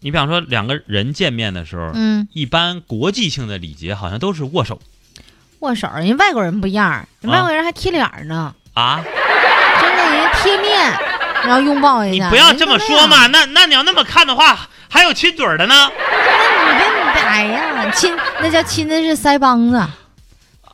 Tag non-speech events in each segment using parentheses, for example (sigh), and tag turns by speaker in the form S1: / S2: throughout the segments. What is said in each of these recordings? S1: 你比方说两个人见面的时候，
S2: 嗯，
S1: 一般国际性的礼节好像都是握手
S2: 握手，人家外国人不一样，人
S1: 啊
S2: 外国人还贴脸儿呢，
S1: 啊，
S2: 真的人家贴面，然后拥抱一
S1: 你
S2: 下。
S1: 不要
S2: 哎人
S1: 这
S2: 家
S1: 么
S2: 都
S1: 说
S2: 样
S1: 嘛，那那你要那么看的话，还有亲嘴儿的呢。
S2: 那你跟你哎呀，亲那叫亲的是腮帮子，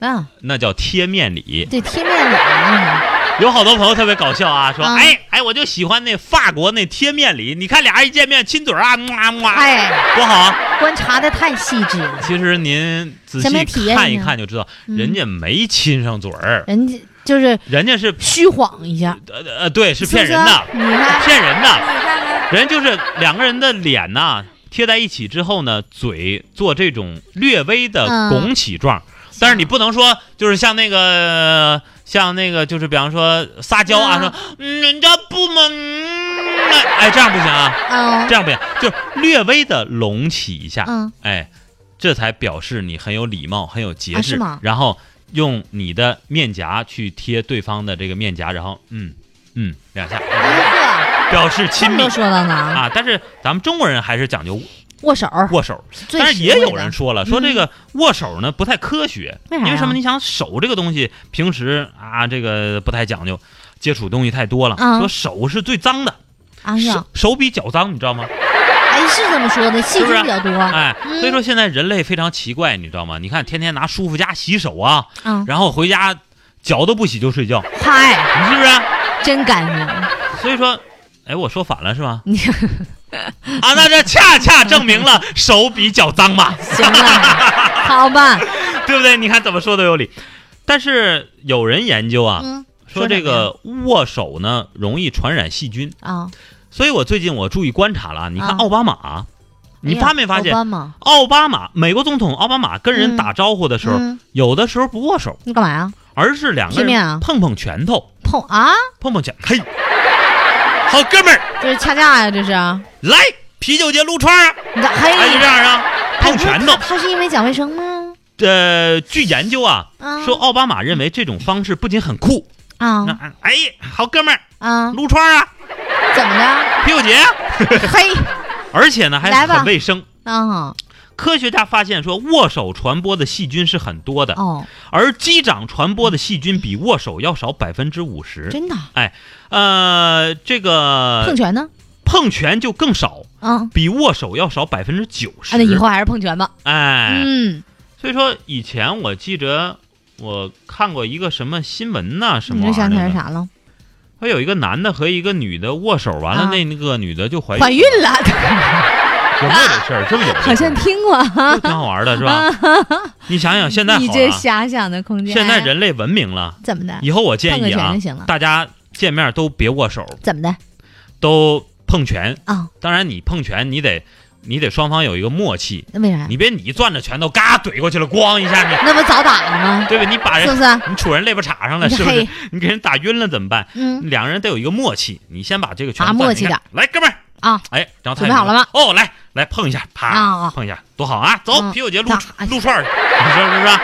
S2: 啊，
S1: 那叫贴面礼，
S2: 得贴面脸儿。
S1: 有好多朋友特别搞笑啊，说、
S2: 啊
S1: 哎哎，我就喜欢那法国那贴面礼，你看俩人一见面亲嘴儿啊，么么，
S2: 哎，
S1: 多好啊！
S2: 观察的太细致了，
S1: 其实您仔
S2: 咱
S1: 细
S2: 们体验一下
S1: 看一看就知道，
S2: 嗯
S1: 人家没亲上嘴儿，
S2: 人家就是
S1: 人家是
S2: 虚晃一下，
S1: 呃呃对，是
S2: 是
S1: 骗人的，
S2: 不是嗯你看，
S1: 骗人的。
S2: 你看看，
S1: 人就是两个人的脸呐、贴在一起之后呢，嘴做这种略微的
S2: 嗯
S1: 拱起状，但是你不能说就是像那个像那个就是比方说撒娇啊，
S2: 嗯
S1: 说嗯人家不嘛，嗯哎这样不行啊，
S2: 嗯
S1: 这样不行，就是略微的隆起一下，
S2: 嗯，
S1: 哎，这才表示你很有礼貌，很有节
S2: 啊
S1: 制，
S2: 是吗
S1: 然后用你的面颊去贴对方的这个面颊，然后嗯嗯两下
S2: 哎呵，
S1: 表示
S2: 这
S1: 亲
S2: 么
S1: 密
S2: 多。说到呢啊，
S1: 啊，但是咱们中国人还是讲究
S2: 握手，
S1: 握手，
S2: 最
S1: 但是也
S2: 实惠
S1: 有
S2: 的嗯
S1: 人说了，说这个握手呢不太科学，
S2: 为啥
S1: 因为什么？
S2: 呀
S1: 你想手这个东西，平时啊这个不太讲究，接触东西太多了，
S2: 啊
S1: 说手是最脏的，
S2: 哎呀
S1: 手，手比脚脏，你知道吗？
S2: 哎是这么说的，细
S1: 是不是
S2: 菌比较多啊，
S1: 哎，
S2: 嗯
S1: 所以说现在人类非常奇怪，你知道吗？你看天天拿舒肤佳洗手啊，然后回家脚都不洗就睡觉，
S2: 嗯嗨，
S1: 你是不是？
S2: 真
S1: (laughs)
S2: 干净，
S1: 所以说。哎，我说反了是吧？啊，那这恰恰证明了手比脚脏嘛。
S2: 行了，好吧，
S1: 对不对？你看怎么说都有理。但是有人研究啊，
S2: 嗯
S1: 说这个握手呢容易传染细菌，
S2: 啊，
S1: 所以我最近我注意观察了啊，你看
S2: 啊
S1: 奥巴马啊，你
S2: 哎呀
S1: 发没发现
S2: 奥巴马
S1: 奥巴马美国总统奥巴马跟人
S2: 嗯
S1: 打招呼的时候，
S2: 嗯
S1: 有的时候不握手，
S2: 你干嘛呀？
S1: 而是两个
S2: 见面
S1: 人
S2: 啊
S1: 碰碰拳头，
S2: 碰啊，
S1: 碰碰拳，嘿，好哥们儿，
S2: 这是掐架呀，这是。
S1: 来啤酒节撸串儿啊，
S2: 你咋嘿？
S1: 哎，就这样啊，
S2: 哎
S1: 碰
S2: 不是
S1: 拳头
S2: 他。他是因为讲卫生吗？
S1: 呃，据研究啊，
S2: 啊，
S1: 说奥巴马认为这种方式不仅很酷，
S2: 啊
S1: 那哎，好哥们儿，
S2: 啊，
S1: 撸串儿啊，
S2: 怎
S1: (laughs)
S2: 么着？
S1: 啤酒节，
S2: 嘿
S1: 而且呢还
S2: 来吧
S1: 很卫生。
S2: 啊
S1: 科学家发现说，握手传播的细菌是很多的，
S2: 哦，
S1: 而击掌传播的细菌比握手要少百分之五十。
S2: 真的
S1: 呃，这
S2: 碰
S1: 个
S2: 拳呢？
S1: 碰拳就更少，
S2: 啊，啊
S1: 比握手要少百分之九十。
S2: 那以后还是碰拳吧。
S1: 哎，
S2: 嗯，
S1: 所以说以前我记着我看过一个什么新闻呐、什
S2: 你
S1: 么玩
S2: 就
S1: 意儿
S2: 想起来
S1: 的
S2: 啥了？
S1: 他有一个男的和一个女的握手，完了
S2: 啊
S1: 那那个女的就怀
S2: 怀孕
S1: (laughs)
S2: 了，
S1: 有没有这事儿？是不是有这事儿？
S2: 好像听过。
S1: 这挺好玩的，是吧？
S2: (laughs)
S1: 你想想现在好
S2: 你这
S1: 了，
S2: 遐想的空间，哎
S1: 现在人类文明了，
S2: 怎么的？
S1: 以后我建
S2: 碰个
S1: 议
S2: 拳
S1: 啊
S2: 就，行了，
S1: 大家见面都别握手，
S2: 怎么的？
S1: 都碰拳。
S2: 啊，
S1: 当然，你碰拳你得你得双方有一个默契，
S2: 那为啥？
S1: 你别你攥着拳头嘎怼过去了，咣一
S2: (laughs)
S1: 下你，
S2: 那不早打了吗？
S1: 对吧？你把
S2: 是
S1: 人
S2: 不是？
S1: 你杵人肋巴茬上了，是不是 (laughs)
S2: 嘿？，
S1: 你给人打晕了怎么办？ (laughs)
S2: 嗯，
S1: 两个人得有一个默契，你先把这个拳
S2: 啊
S1: 攥着
S2: 默契
S1: 你看来，哥们儿
S2: 啊，
S1: 哎，然后他
S2: 准备
S1: 也
S2: 好了吗？
S1: 哦，来来碰一下，啪，
S2: 啊
S1: 碰一下，多好啊！走，
S2: 嗯
S1: 啤酒节撸
S2: 那哎
S1: 撸串儿去，你说是不是？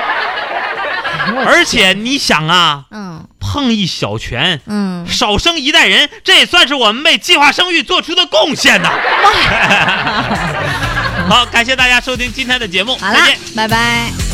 S2: 我
S1: (laughs) 而且你想啊，
S2: 嗯
S1: 碰一小拳，
S2: 嗯， (laughs)
S1: 少生一代人，这也算是我们为计划生育做出的贡献呐。 (laughs) 好，感谢大家收听今天的节目，
S2: 好
S1: 再
S2: 啦
S1: 见。，
S2: 拜拜。